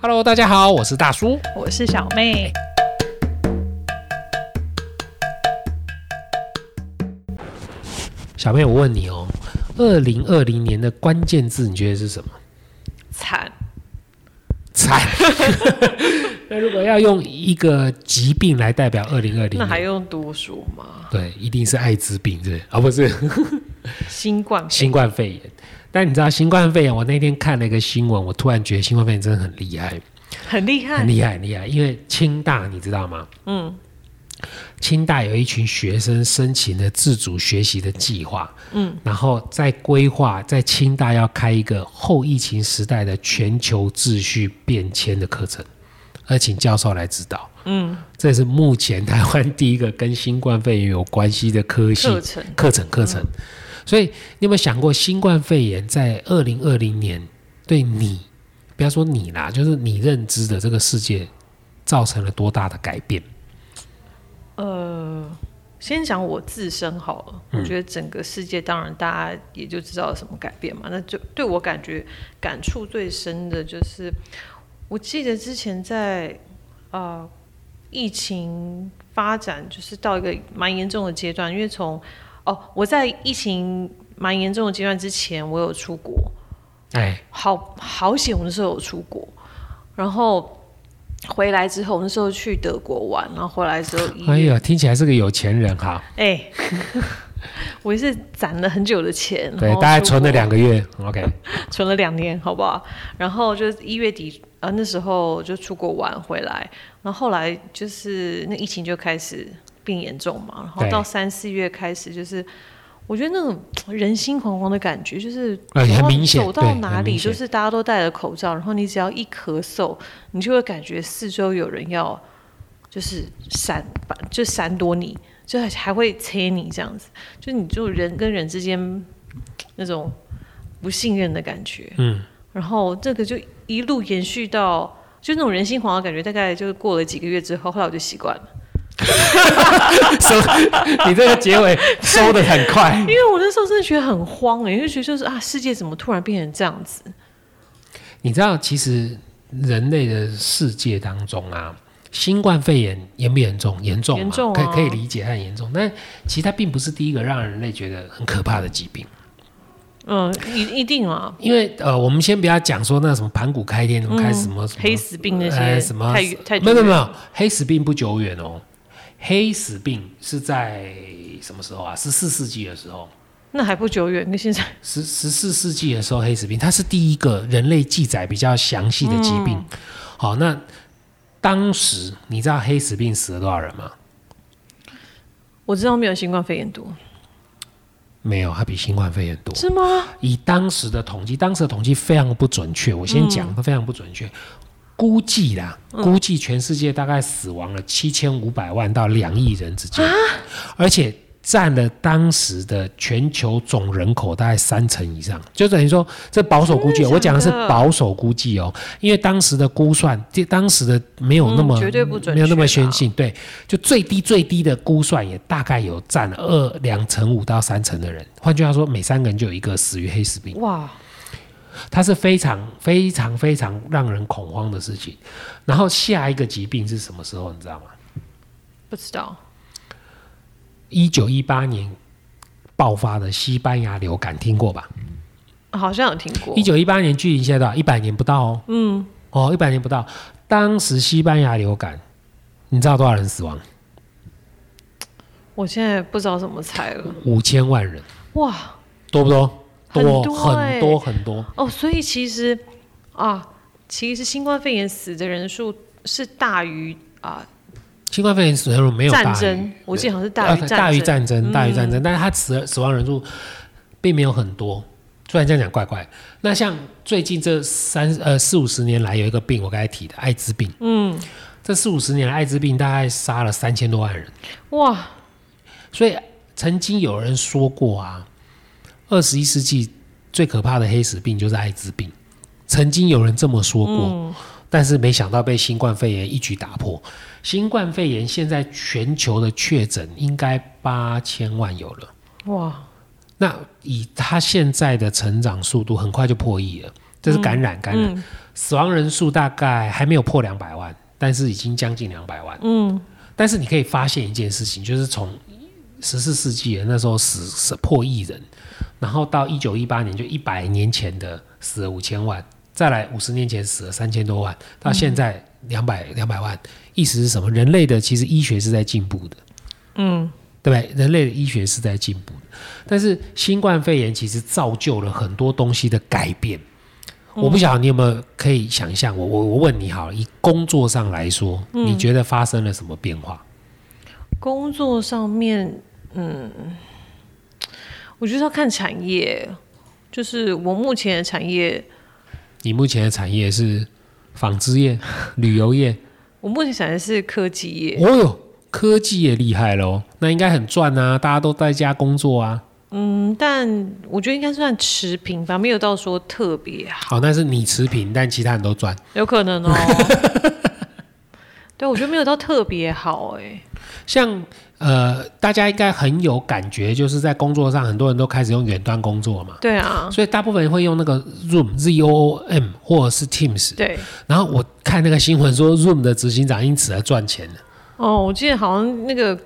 Hello，大家好，我是大叔。我是小妹。小妹，我问你哦，二零二零年的关键字你觉得是什么？惨， 惨。那如果要用一个疾病来代表二零二零，那还用读书吗？对，一定是艾滋病，对， 啊，不是新冠新冠肺炎。但你知道新冠肺炎？我那天看了一个新闻，我突然觉得新冠肺炎真的很厉害，很厉害很，厉害，很厉害。因为清大，你知道吗？嗯，清大有一群学生申请了自主学习的计划，嗯，然后在规划在清大要开一个后疫情时代的全球秩序变迁的课程，而请教授来指导，嗯，这是目前台湾第一个跟新冠肺炎有关系的科系课程嗯课程课程。所以你有没有想过，新冠肺炎在二零二零年对你，不要说你啦，就是你认知的这个世界造成了多大的改变？呃，先讲我自身好了，我觉得整个世界当然大家也就知道有什么改变嘛。那就对我感觉感触最深的就是，我记得之前在啊、呃疫情发展就是到一个蛮严重的阶段，因为从哦我在疫情蛮严重的阶段之前，我有出国，哎，好好险，我那时候有出国，然后回来之后，我那时候去德国玩，然后回来之后一哎月，呀，听起来是个有钱人哈。哎， 我也是攒了很久的钱，对然，后大概出存了国两个月。OK，存了两年，好不好？然后就是一月底，呃，那时候就出国玩回来，然后后来就是那疫情就开始变严重嘛，然后对到三四月开始就是。我觉得那种人心惶惶的感觉，就是哎很然后明显走对到哪很明里显就是大家都戴了口罩，然后你只要一咳嗽，你就会感觉四周有人要就是闪，把就闪躲你，就还会切你这样子，就你就人跟人之间那种不信任的感觉。嗯，然后这个就一路延续到就那种人心惶惶的感觉，大概就过了几个月之后，后来我就习惯了，收，你这个结尾收的很快因。为我那时候真的觉得很慌哎、因为觉得就是啊，世界怎么突然变成这样子？你知道，其实人类的世界当中啊，新冠肺炎严不严重？严重嘛，严重啊可以可以理解它严重，但其实它并不是第一个让人类觉得很可怕的疾病。嗯，一一定啊，因为呃，我们先不要讲说那什么盘古开天，什么开什么什么嗯黑死病那些、哎什么太太没有没有没有，有，黑死病不久远哦。黑死病是在什么时候啊？十四世纪的时候，那还不久远，跟现在十十四世纪的时候，黑死病它是第一个人类记载比较详细的疾病。好，那当时你知道黑死病死了多少人吗？我知道没有新冠肺炎多，没有，它比新冠肺炎多。是吗？以当时的统计，当时的统计非常不准确。我先讲，嗯它非常不准确。估计啦，估计全世界大概死亡了七千五百万到两亿人之间，啊而且占了当时的全球总人口大概三成以上，就等于说这保守估计哦，真的我讲的是假的保守估计哦，因为当时的估算，这当时的没有那么、嗯绝对不准确啦没有那么先进，对，就最低最低的估算也大概有占了二两成五到三成的人，换句话说，每三个人就有一个死于黑死病。哇，它是非常非常非常让人恐慌的事情。然后下一个疾病是什么时候？你知道吗？不知道，一九一八年爆发的西班牙流感，听过吧？好像有听过一，九一八年距离现在多少？一百年不到哦。嗯。哦，一百年不到。当时西班牙流感，你知道多少人死亡？我现在不知道怎么猜了，五千万人，哇。多不多？多很多很欸多很多，哦，所以其实啊，其实新冠肺炎死的人数是大于啊新冠肺炎死亡人数没有大战于争，我记得好像是大呃于战争，嗯大于战争，大于战争，但是它死死亡人数并没有很多。虽然这样讲怪怪，那像最近这三呃四五十年来有一个病，我刚才提的艾滋病，嗯，这四五十年来艾滋病大概杀了三千多万人，哇，所以曾经有人说过啊，二十一世纪最可怕的黑死病就是艾滋病，曾经有人这么说过，嗯但是没想到被新冠肺炎一举打破。新冠肺炎现在全球的确诊应该八千万有了，哇，那以它现在的成长速度，很快就破亿了。这是感染，感染。嗯死亡人数大概还没有破两百万，但是已经将近两百万。嗯，但是你可以发现一件事情，就是从十四世纪的那时候死死破亿人，然后到一九一八年就一百年前的死了五千万，再来五十年前死了三千多万，到现在两百两百万，意思是什么？人类的其实医学是在进步的。嗯，对不对？人类的医学是在进步的，但是新冠肺炎其实造就了很多东西的改变。我不晓得你有没有可以想象，我我我问你好了，以工作上来说，你觉得发生了什么变化？工作上面，嗯，我觉得要看产业，就是我目前的产业，你目前的产业是纺织业、 旅游业，我目前产业是科技业，哦哟，科技也厉害喽，那应该很赚啊，大家都在家工作啊。嗯，但我觉得应该算持平吧，没有到说特别好，好，但是你持平，但其他人都赚。有可 能哦。对，我觉得没有到特别好哎、像呃，大家应该很有感觉，就是在工作上，很多人都开始用远端工作嘛。对啊，所以大部分人会用那个 Zoom Z O O M 或者是 Teams。对，然后我看那个新闻说，Zoom 的执行长因此而赚钱了。哦，我记得好像那个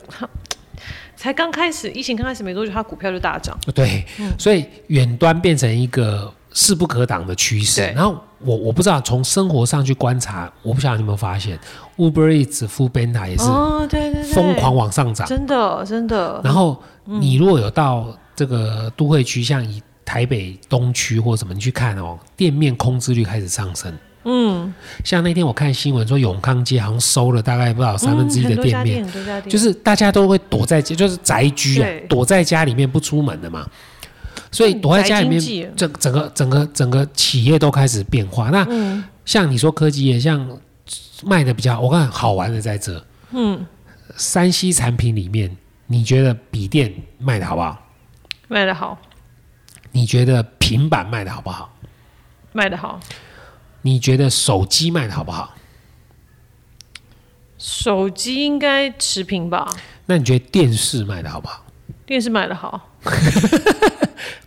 才刚开始，疫情刚开始没多久，它股票就大涨。对，嗯所以远端变成一个势不可挡的趋势。对然后我我不知道从生活上去观察，我不晓得你有没有发现，Uber Eats、f o o Panda 也是哦，对对对，疯狂往上涨。真的真的。嗯然后你如果有到这个都会区，像以台北东区或什么，你去看哦，店面空置率开始上升。嗯，像那天我看新闻说，永康街好像收了大概不知道三分之一嗯很的多店家面，店，很多家店，就是大家都会躲在就是宅居啊对，嗯躲在家里面不出门的嘛。所以躲在家里面宅经济，整整个整个整个企业都开始变化。那嗯像你说科技业，像卖的比较，我看好玩的在这，嗯，山西产品里面，你觉得笔电卖的好不好？卖的好，你觉得平板卖的好不好？卖的好。你觉得手机卖的好不好？手机应该持平吧，那你觉得电视卖的好不好？电视卖的好。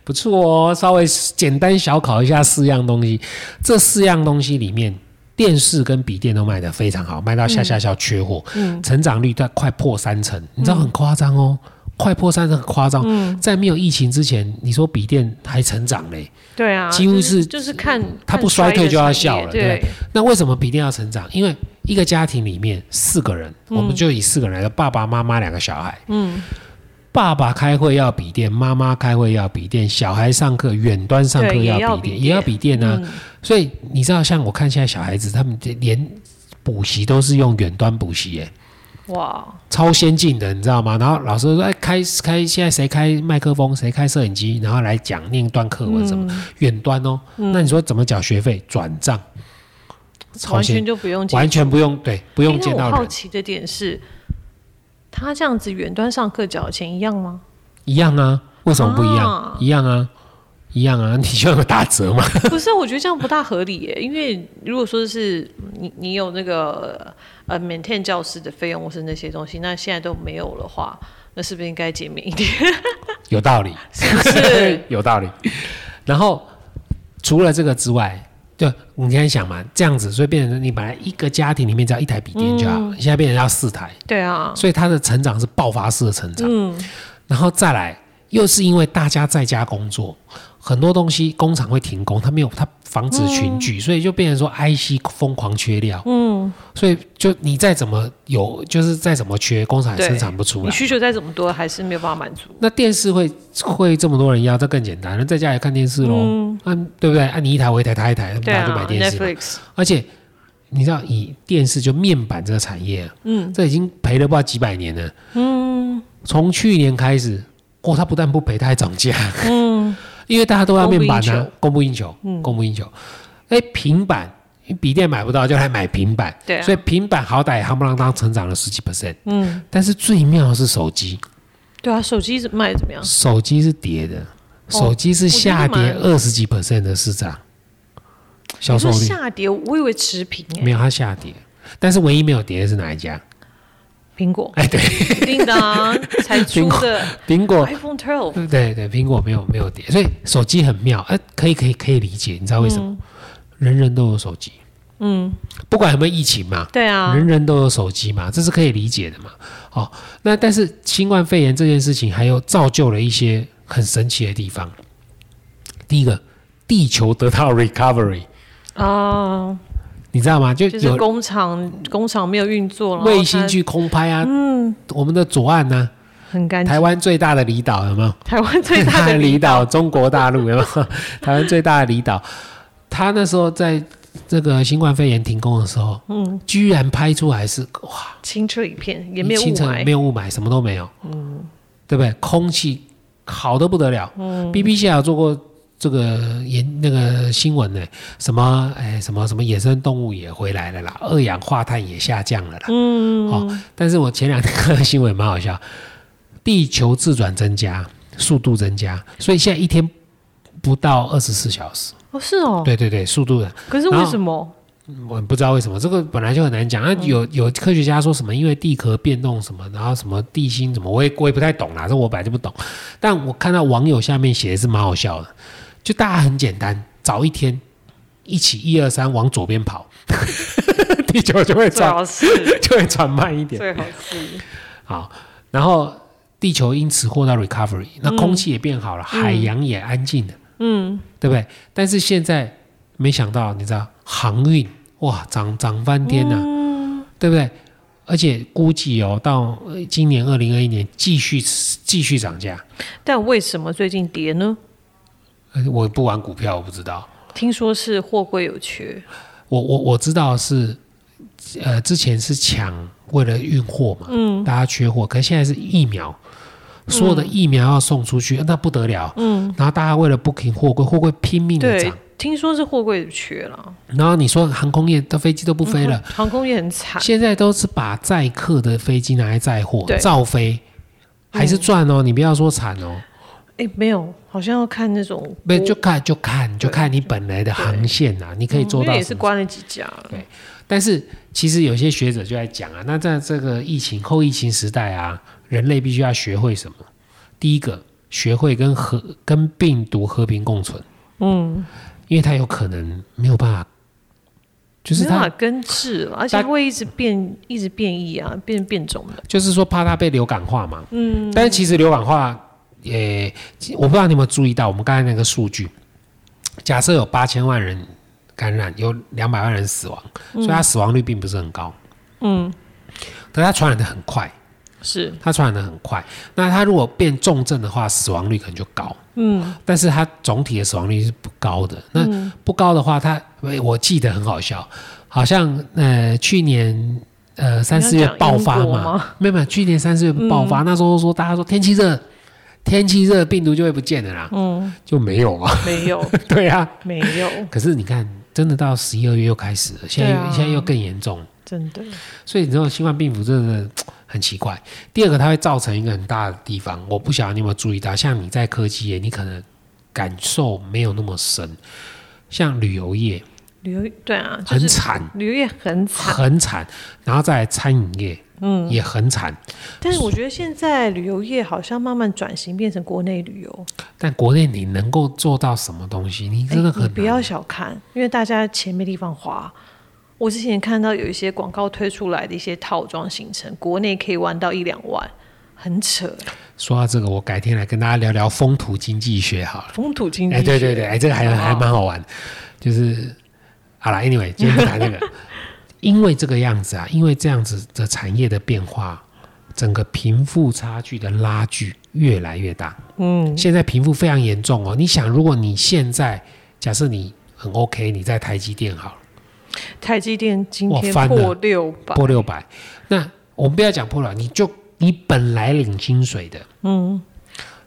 不错哦，稍微简单小考一下四样东西。这四样东西里面，电视跟笔电都卖得非常好，卖到下下下缺货，成长率在快破三成，你知道很夸张哦，快破三成很夸张。在没有疫情之前，你说笔电还成长嘞，对啊，几乎就是就是看它不看衰退的就要产笑业了对对，那为什么笔电要成长？因为一个家庭里面四个人，嗯我们就以四个人来说，爸爸妈妈两个小孩。嗯，爸爸开会要笔电，妈妈开会要笔电，小孩上课远端上课对也要笔笔电，电嗯也要笔电啊。所以你知道，像我看现在小孩子，他们连补习都是用远端补习耶。哇，超先进的，你知道吗？然后老师说：“哎，开开，现在谁开麦克风，谁开摄影机，然后来讲念一段课文什么，嗯远端哦。那你说怎么缴学费？转账，超完先全就不用完接全不用对，不不用见我到好人，奇的点是，他这样子远端上课缴的钱一样吗？ 一样啊？为什么不一样？啊一样啊，一样啊！你 就有打折嘛？ 不是，我觉得这样不大合理耶。因为如果说是嗯你你有那个呃 maintain 教室的费用或是那些东西，那现在都没有的话，那是不是应该减免一点？ 有道理，是不是？ 有道理。然后除了这个之外，就你先想嘛，这样子，所以变成你本来一个家庭里面只要一台笔电就好，嗯现在变成要四台，对啊，所以它的成长是爆发式的成长。嗯，然后再来，又是因为大家在家工作，很多东西工厂会停工，它没有它防止群聚，所以就变成说 IC 疯狂缺料。嗯，所以就你再怎么有，就是再怎么缺，工厂也对生产不出你来。需求再怎么多，还是没有办法满足。那电视会会这么多人要，这更简单，人在家里看电视喽，嗯、对不对？啊，你一台我一台，他一台，那么对大家就啊买电视嘛。 ，Netflix 而且你知道，以电视就面板这个产业，嗯，这已经赔了不知道几百年了，嗯，从去年开始，哦，它不但不赔，它还涨价， 嗯，因为大家都要面板啊，供不应求，供不应求，哎，平板。因为笔电买不到，就来买平板。对啊所以平板好歹也夯不啷当成长了十几 percent。嗯，但是最妙的是手机，对啊，手机是卖得怎么样？手机是跌的，手机是下我觉跌得二十几 percent 的市场销你售说率。下跌，我以为持平没诶。有，它下跌。但是唯一没有跌的是哪一家？苹果哎，对，一定的 啊，才出的苹果。 iPhone 12，对对，苹果没有没有跌，所以手机很妙，哎、可以可以可以理解，你知道为什么？人人都有手机，嗯，不管有没有疫情嘛，对啊，人人都有手机嘛，这是可以理解的嘛。好、那但是新冠肺炎这件事情，还有造就了一些很神奇的地方。第一个，地球得到 recovery，啊，你知道吗？就就是有工厂工厂没有运作了，卫星去空拍啊，我们的左岸呢、很干净台。湾最大的离岛有没有？台湾 最大的离离岛，中国大陆有没 有？台湾最大的离岛，他那时候在这个新冠肺炎停工的时候，嗯，居然拍出来是哇，清澈一片，也没有雾清晨没霾。有雾霾，什么都没有，嗯，对不对？空气好的不得了，嗯，BBC 还有做过这个研那个新闻呢、什么哎什么什么野生动物也回来了啦，二氧化碳也下降了啦，嗯，哦，但是我前两天看的新闻蛮好笑，地球自转增加速度增加，所以现在一天不到二十四小时，哦，是哦。对对对，速度的可是为什么？我不知道为什么，这个本来就很难讲。那有有科学家说什么，因为地壳变动什么，然后什么地心怎么，我也我也不太懂啦，这我本来就不懂。但我看到网友下面写的是蛮好笑的，就大家很简单，早一天一起一二三往左边跑， 地球就会最转好是就会转慢一点。最好是好，然后地球因此获到 recovery，那空气也变好了，海洋也安静了，嗯，对不对？但是现在没想到，你知道航运哇涨涨翻天呐、对不对？而且估计哦，到呃今年二零二一年继续继续涨价。但为什么最近跌呢？呃我不玩股票，我不知道。听说是货柜有缺，我我我知道是，呃，之前是抢为了运货嘛，嗯，大家缺货，可是现在是疫苗，所嗯有的疫苗要送出去，那不得了，嗯，然后大家为了 booking 货柜，货柜拼命的对涨，，听说是货柜有缺了，然后你说航空业的飞机都不飞了，航空业很惨，现在都是把载客的飞机拿来载货对，嗯照飞，还是赚哦，你不要说惨哦，哎，没有，好像要看那种不就看就看就看你本来的航线呐、你可以做嗯因到为也什是么关了几家了，但是其实有些学者就在讲啊，那在这个疫情后疫情时代啊，人类必须要学会什么？第一个，学会跟和跟病毒和平共存，嗯，因为它有可能没有办法，就没是办法它根治了，而且大它会一直变，一直变异啊，变变种的，就是说怕它被流感化嘛。嗯，但是其实流感化，也我不知道你有没有注意到，我们刚才那个数据，假设有八千万人感染，有两百万人死亡，所以它死亡率并不是很高，嗯，但它传染的很快。是，它传染的很快。那它如果变重症的话，死亡率可能就高，嗯，但是它总体的死亡率是不高的。那不高的话，它诶我记得很好笑，好像呃去年呃三四你月要讲爆发英国嘛吗，没有没有，去年三四月爆嗯发，那时候说大家说天气热。天气热，病毒就会不见了啦，嗯，就没有啊。 没有，对啊，没 有，可是你看，真的到十一二月又开始了，现在又、对啊现在又更严重。真的，所以你知道新冠病毒真的很奇怪。第二个，它会造成一个很大的地方，我不晓得你有没有注意到，像你在科技业，你可能感受没有那么深。像旅游业旅游对啊，就很是惨，旅游业很惨，很惨，然后再来餐饮业，嗯，也很惨。但是我觉得现在旅游业好像慢慢转型变成国内旅游，但国内你能够做到什么东西？你真的哎你很不难。要小看，因为大家钱没地方花。我之前看到有一些广告推出来的一些套装行程，国内可以玩到一两万，很扯。说到这个，我改天来跟大家聊聊风土经济学好了。风土经济哎，学，对对对，哎，这个还哦还蛮好玩，就是好了，anyway，今天不谈 这个，因为这个样子啊，因为这样子的产业的变化，整个贫富差距的拉距越来越大。嗯，现在贫富非常严重哦，你想，如果你现在假设你很 OK，你在台积电好了，台积电今哇天翻了破六百，破六百，那我们不要讲破了，你就你本来领薪水的，嗯，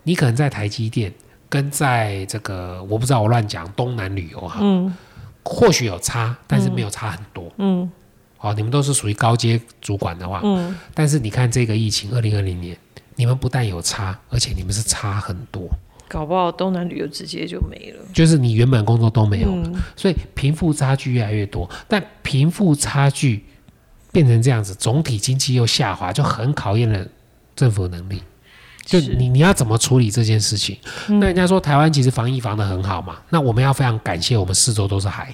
你可能在台积电跟在这个我不知道我乱讲东南旅游哈，嗯或许有差，但是没有差很多。嗯哦，你们都是属于高阶主管的话，嗯，但是你看这个疫情，二零二零年，你们不但有差，而且你们是差很多，搞不好东南旅游直接就没了。就是你原本工作都没有，嗯，所以贫富差距越来越多。但贫富差距变成这样子，总体经济又下滑，就很考验了政府能力。就是你你要怎么处理这件事情？嗯那人家说台湾其实防疫防得很好嘛，那我们要非常感谢我们四周都是海，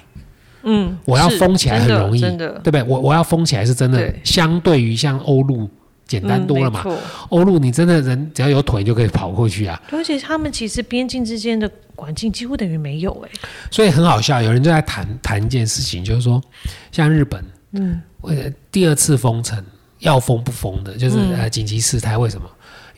嗯，我要是封起来很真的容易，真对的不对？我我要封起来是真的对，相对于像欧陆简单多了嘛嗯。没错欧陆你真的人只要有腿就可以跑过去啊，对而且他们其实边境之间的管境几乎等于没有哎、所以很好笑。有人就在谈谈一件事情，就是说像日本，嗯，呃，第二次封城要封不封的，就是嗯呃紧急事态，为什么？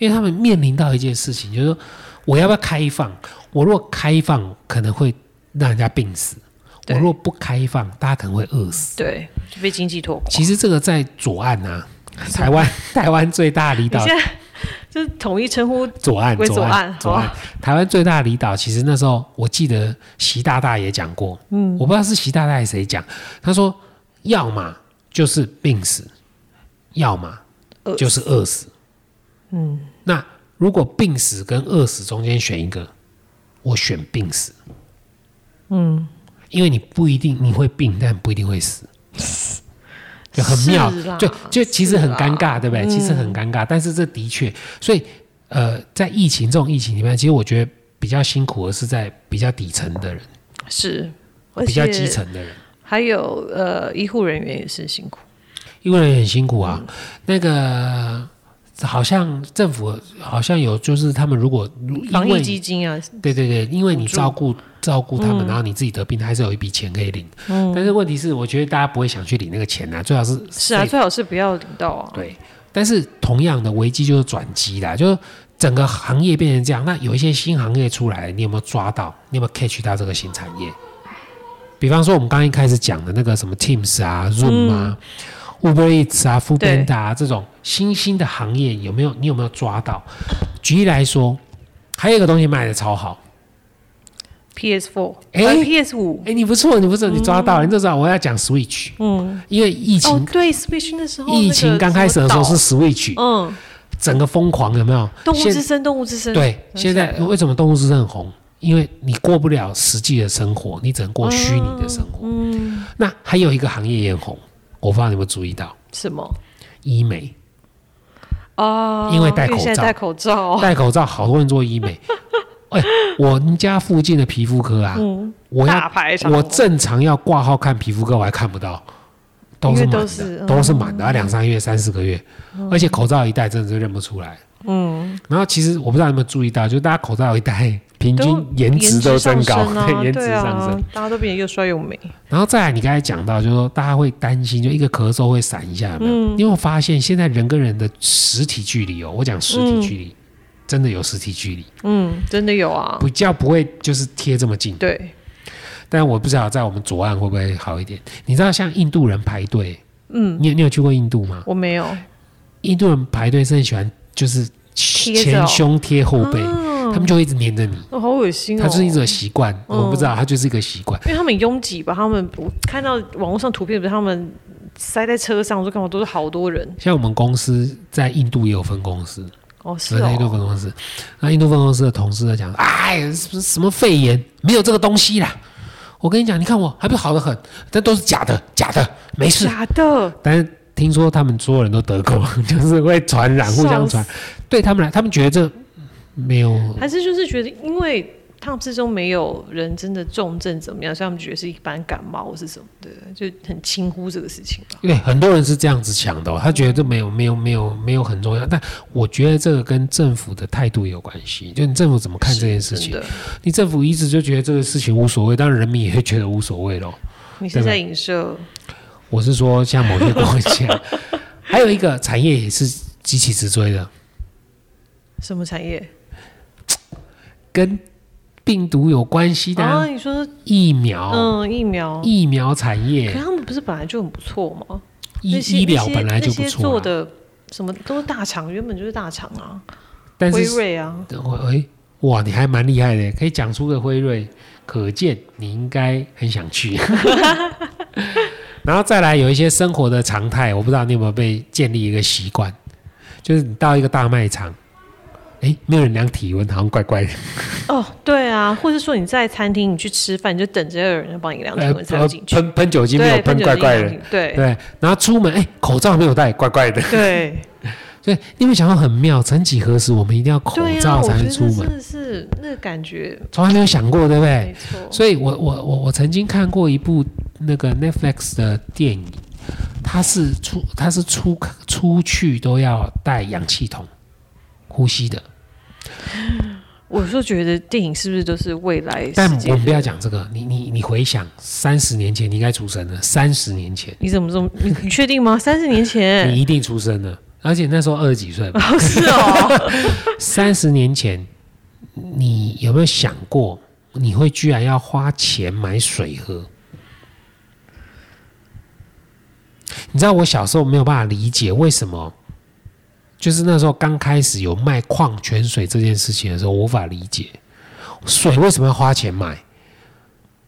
因为他们面临到一件事情，就是说我要不要开放？我如果开放，可能会让人家病死；我对如果不开放，大家可能会饿死。对，就被经济拖垮。其实这个在左岸 啊，台湾台湾最大的离你岛现在就是统一称呼左岸为左左岸岸左岸好，台湾最大的离岛，其实那时候我记得习大大也讲过，嗯，我不知道是习大大还是谁讲，他说要么就是病死，要么饿就是饿死，嗯，那如果病死跟饿死中间选一个，我选病死，嗯，嗯因为你不一定你会病，但不一定会死。就很妙是啦，就就其实是很啦嗯尴尬，对不对？其实很尴尬，但是这的确，所以呃，在疫情这种疫情里面，其实我觉得比较辛苦的是在比较底层的人，是，而比较且基层的人，还有呃，医护人员也是辛苦。因为人很辛苦啊。嗯那个好像政府好像有，就是他们如果防因疫为基金啊，对对对，因为你补助嗯照顾照顾他们，然后你自己得病，还是有一笔钱可以领。但是问题是，我觉得大家不会想去领那个钱啊，最好是是啊，被最好是不要领到啊。对，但是同样的危机就是转机啦，就是整个行业变成这样。那有一些新行业出来，你有没有抓到？你有没有 catch 到这个新产业？比方说我们刚刚一开始讲的那个什么 Teams 啊、Zoom 啊、Uber Eats 啊、f o o d 嗯对 a n d a 啊这种新兴的行业，有没有你有没有抓到？举例来说，还有一个东西卖的超好， PS Four，哎哎，PS 五，哎，你不错，你哦不错，你抓到了，你就知道我要讲 Switch，嗯，因为疫情、哦，对，Switch 那时候疫情刚开始的时候是，Switch，、嗯，整个疯狂有没有？动物现之嗯声，动物之声，对，想现起来在了为什么动物之声很红？因为你过不了实际的生活，你只能过虚拟的生活。嗯，那还有一个行业也很红，我不知道你有没有注意到，什么医美。啊？因为戴口现在罩戴口罩，戴口罩，好多人做医美。 哎、我们家附近的皮肤科啊，嗯我大要牌长我正常要挂号看皮肤科，我还看不到，都是因满为都的，是嗯都是满的，啊两三个月、三四个月，而且口罩一戴，真的是认不出来。嗯，然后其实我不知道你有没有注意到，就是大家口罩一戴，平均都颜值都增高，上升 啊颜值上升。 对啊，大家都变得又帅又美。然后再来，你刚才讲到，就是说大家会担心，就一个咳嗽会闪一下，有没有？嗯你有没有发现现在人跟人的实体距离哦，我讲实体距离，真的有实体距离，嗯，真的有啊，比较不会就是贴这么近。对，但我不知道在我们左岸会不会好一点。你知道像印度人排队，嗯，你有你有去过印度吗？我没有，印度人排队是很喜欢就是着哦前胸贴后背，他们就会一直黏着你，哦、好恶心哦。他就是一种习惯，嗯我不知道，他就是一个习惯。因为他们拥挤吧，他们我看到网络上图片，不是他们塞在车上，我说干嘛都是好多人像我们公司在印度也有分公司，哦，是是在印度哦，分公司，那印度分公司的同事在讲，哎，什么什么肺炎，没有这个东西啦。我跟你讲，你看我还不是好得很，但都是假的，假的，没事。 假的，但是听说他们所有人都得过， 就是会传染，互相传笑。对他们来，他们觉得这没有还是就是觉得因为。他们之中没有人真的重症怎么样，所以他们觉得是一般感冒或是什么的，就很轻忽这个事情啊吧。对，很多人是这样子想的、哦，他觉得这没有没有没有没有很重要，但我觉得这个跟政府的态度有关系，就你政府怎么看这件事真情。的，你政府一直就觉得这个事情无所谓，当然人民也会觉得无所谓咯。你对啊是吧在影射我是说，像某些国 家，还有一个产业也是极其直追的，什么产业？跟病毒有关系的啊、啊，你说疫苗、嗯，疫苗，疫苗产可业是、他们不是本来就很不错吗？嗯医那些医疗本来就不那些那些错做啊、的什么都是大厂，原本就是大厂啊，但辉是瑞啊，我哎、哇，你还蛮厉害的，可以讲出个辉瑞，可见你应该很想 去。 然后再来有一些生活的常态，我不知道你有没有被建立一个习惯，就是你到一个大卖场，哎、没有人量体温，好像怪怪的。哦，对啊，或者说你在餐厅你去吃饭，你就等着有人帮你量体温才能进去，呃喷喷酒精没有对，喷，久怪怪量的体。对对，然后出门哎、口罩没有戴，怪怪的。对所以你有没有想到很妙？曾几何时，我们一定要口对啊，罩我才觉能得出门，真的是那个感觉，从来没有想过，对不对没？错，所以我我我我曾经看过一部那个 Netflix 的电影，它是出它是出出去都要带氧气筒呼吸的。我是觉得电影是不是都是未来？但我们不要，讲这个，你你你回想三十年前你应该出生了，三十年前你怎么这么？你你确定吗？三十年 前你一定出生了，而且那时候二十几岁吧。哦，是哦，三十年前，你有没有想过你会居然要花钱买水喝？你知道我小时候没有办法理解为什么，就是那时候刚开始有卖矿泉水这件事情的时候，我无法理解水为什么要花钱买。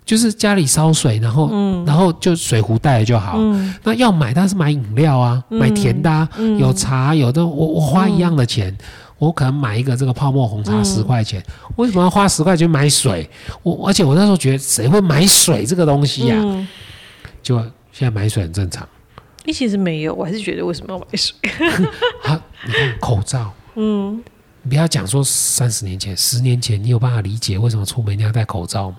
就是家里烧水，然后，然后就水壶带了就好。那要买，但是买饮料啊，买甜的、啊，有茶，有的我我花一样的钱，我可能买一个这个泡沫红嗯茶十块钱，为什么要花十块钱买水？我而且我那时候觉得谁会买水这个东西呀、嗯，结果现在买水很正常。你其实没有，我还是觉得为什么要买水？好，你看口罩，嗯，你不要讲说三十年前、十年前，你有办法理解为什么出门一定要戴口罩吗？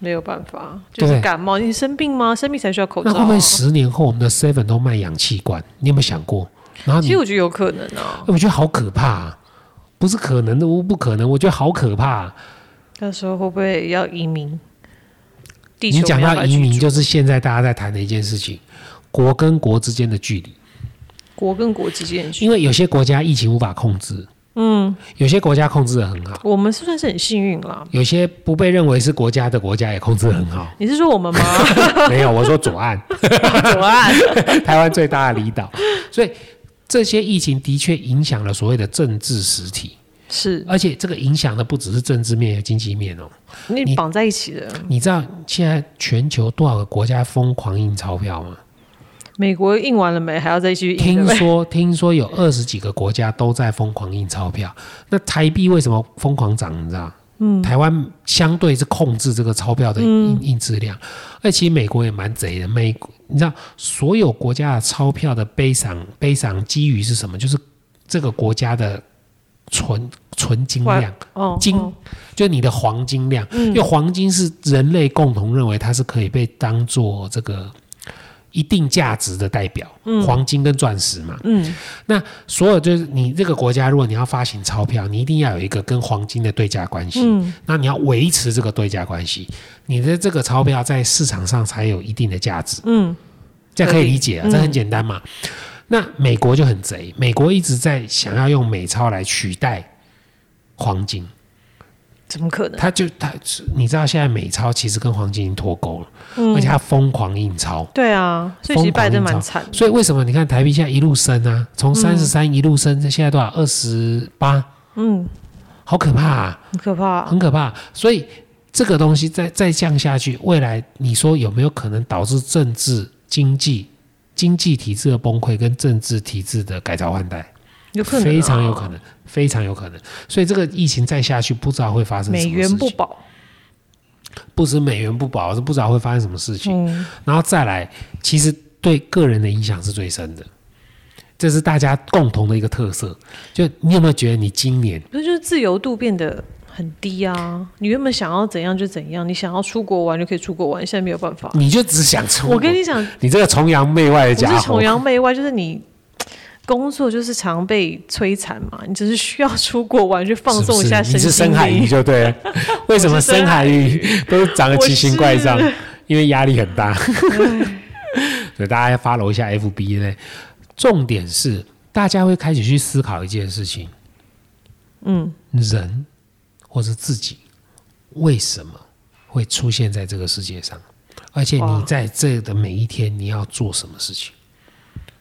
没有办法，对就是感冒，你生病吗？生病才需要口罩那啊。会不会十年后我们的 Seven 都卖氧气罐？你有没有想过？然后其你哎实我觉得有可能啊，我觉得好可怕、啊，不是可能的，我不可能，我觉得好可怕、啊。到时候会不会要移民？地球你讲没办到法移居民，住就是现在大家在谈的一件事情，国跟国之间的距离，国跟国之间的距离，因为有些国家疫情无法控制，嗯，有些国家控制的很好，我们是算是很幸运啦。有些不被认为是国家的国家也控制的很 好。你是说 我们吗？没有，我说左岸， 左岸，台湾最大的离岛，所以这些疫情的确影响了所谓的政治实体，是而且这个影响的不只是政治面，有经济面哦。你绑在一起的。你知道现在全球多少个国家疯狂印钞票吗？美国印完了没？还要再继续印？对听不对说听说有二十几个国家都在疯狂印钞票，那台币为什么疯狂涨？你知道？嗯，台湾相对是控制这个钞票的印印质量，而且美国也蛮贼的。美，你知道所有国家的钞票的悲赏悲赏基于是什么？就是这个国家的纯纯金量，哦，金哦嗯就是你的黄金量，因为黄金是人类共同认为它是可以被当做这个一定价值的代表，黄金跟钻石嘛。嗯，所有就是你这个国家，如果你要发行钞票，你一定要有一个跟黄金的对价关系。嗯，那你要维持这个对价关系，你的这个钞票在市场上才有一定的价值。嗯，这样可以理解啊，嗯这很简单嘛。那美国就很贼，美国一直在想要用美钞来取代黄金。怎么可能？他就他，你知道现在美钞其实跟黄金已经脱钩了，而且它疯狂印钞。对啊，所以其实拜登蛮惨的。所以为什么你看台币现在一路升啊，从三十三一路升，现在多少？二十八，嗯，好可怕、啊，很可怕。很可怕。啊所以这个东西再再降下去，未来你说有没有可能导致政治、经济、经济体制的崩溃跟政治体制的改朝换代？有可能、啊哦非常有可，能，非常有可能。所以这个疫情再下去，不知道会发生什么美事情。元不保。不止美元不保，是不知道会发生什么事情。嗯，然后再来，其实对个人的影响是最深的，这是大家共同的一个特色。就你有没有觉得你今年不是就是自由度变得很低啊？你原本想要怎样就怎样，你想要出国玩就可以出国玩，现在没有办法。你就只想成我跟你讲，你这个崇洋媚外的我嗯家是伙崇，洋媚外，就是你工作就是常被摧残嘛，你只是需要出国玩去放是不松一是下你身是心深海鱼灵。就对 了。为什么我是深深海海鱼都长得我奇形怪状是？因为压力很大。 所以大家要 follow 一下 FB 呢。重点是，大家会开始去思考一件事情：嗯，人或是自己为什么会出现在这个世界上，而且哇你在这的每一天你要做什么事情。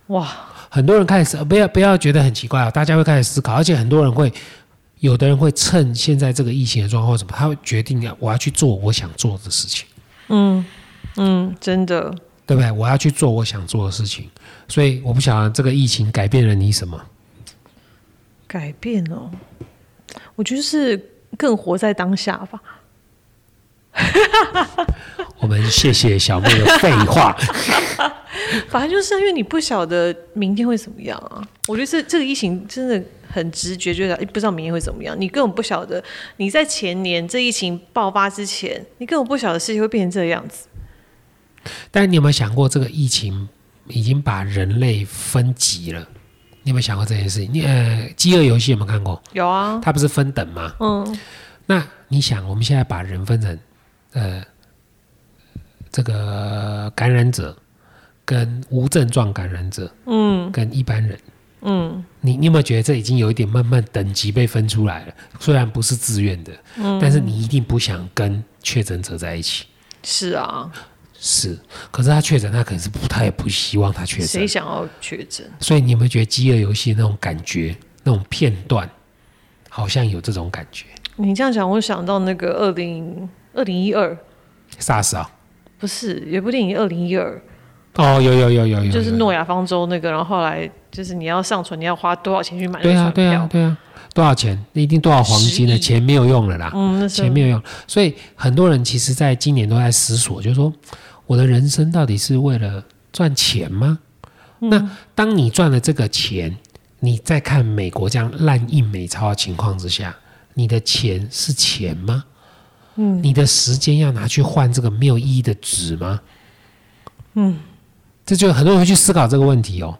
哇，很多人开始不要不要觉得很奇怪啊，大家会开始思考，而且很多人会，有的人会趁现在这个疫情的状况什么，他会决定啊，我要去做我想做的事情，嗯嗯，真的，对不对？我要去做我想做的事情，所以我不晓得这个疫情改变了你什么。改变哦，我觉得是更活在当下吧。我们谢谢小妹的废话，反正就是因为你不晓得明天会怎么样啊。我觉得这这个疫情真的很直觉，就是诶不知道明天会怎么样。你根本不晓得你在前年这疫情爆发之前，你根本不晓得事情会变成这个样子。但你有没有想过，这个疫情已经把人类分级了？你有没有想过这件事情？你呃，《饥饿游戏》有没有看过？有啊，它不是分等吗？嗯，那你想，我们现在把人分成呃这个感染者、跟无症状感染者，嗯，跟一般人，嗯，你你有没有觉得这已经有一点慢慢等级被分出来了？虽然不是自愿的，嗯，但是你一定不想跟确诊者在一起，是啊，是。可是他确诊，他可能是不，他也不希望他确谁诊，想要确诊？所以你有没有觉得《饥饿游戏》那种感觉、那种片段，好像有这种感觉你这样讲，我想到那个二零二零一二， ？SARS 啊、不是有部电影二零一二，哦，有有有有有，就是有诺亚方舟那个，然后后来就是你要上船，你要花多少钱去买那对个啊，船对啊票？，对啊，多少钱？那一定多少黄金的10亿钱没有用了啦，嗯，那是钱没有用。所以很多人其实在今年都在思索，就是说我的人生到底是为了赚钱吗？那当你赚了这个钱，你再看美国这样滥印美钞的情况之下，你的钱是钱吗？嗯，你的时间要拿去换这个没有意义的纸吗？嗯，这就很多人会去思考这个问题哦。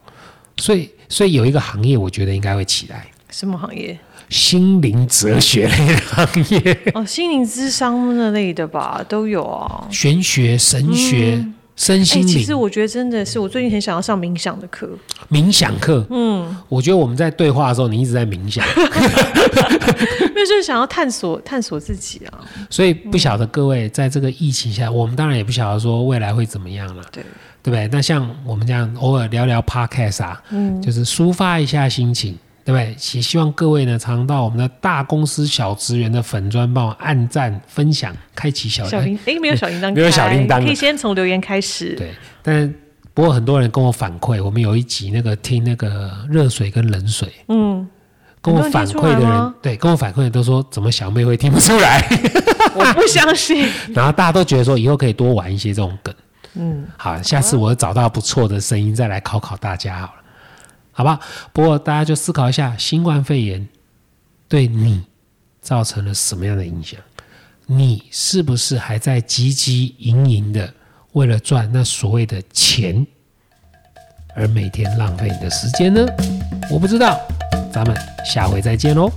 所以，所以有一个行业，我觉得应该会起来，什么行业？心灵哲学类的行业。 哦，心灵智商那类的吧，都有啊。玄学、神学、身哎、心其灵、实我觉得真的是，我最近很想要上冥想的课。 冥想课。嗯，我觉得我们在对话的时候，你一直在冥 想，因为就是想要探索探索自己啊。所以不晓得各位在这个疫情下，我们当然也不晓得说未来会怎么样了，对，对不对？那像我们这样偶尔聊聊 podcast 啊，嗯就是抒发一下心情。对不对？也希望各位呢，常到我们的大公司小职员的粉砖，帮我按赞、分享、开启小小铃哎、没有小铃铛开，没有小铃铛啊可以先从留言开始。对，但不过很多人跟我反馈，我们有一集那个听那个热水跟冷水，嗯，跟我反馈的很多人听出来人吗，对，跟我反馈的人都说，怎么小妹会听不出来？ 我不相信。然后大家都觉得说，以后可以多玩一些这种梗。嗯，好，下次我找到不错的声音再来考考大家好了，好不好？不过大家就思考一下，新冠肺炎对你造成了什么样的影响？你是不是还在汲汲营营的为了赚那所谓的钱，而每天浪费你的时间呢？我不知道，咱们下回再见喽，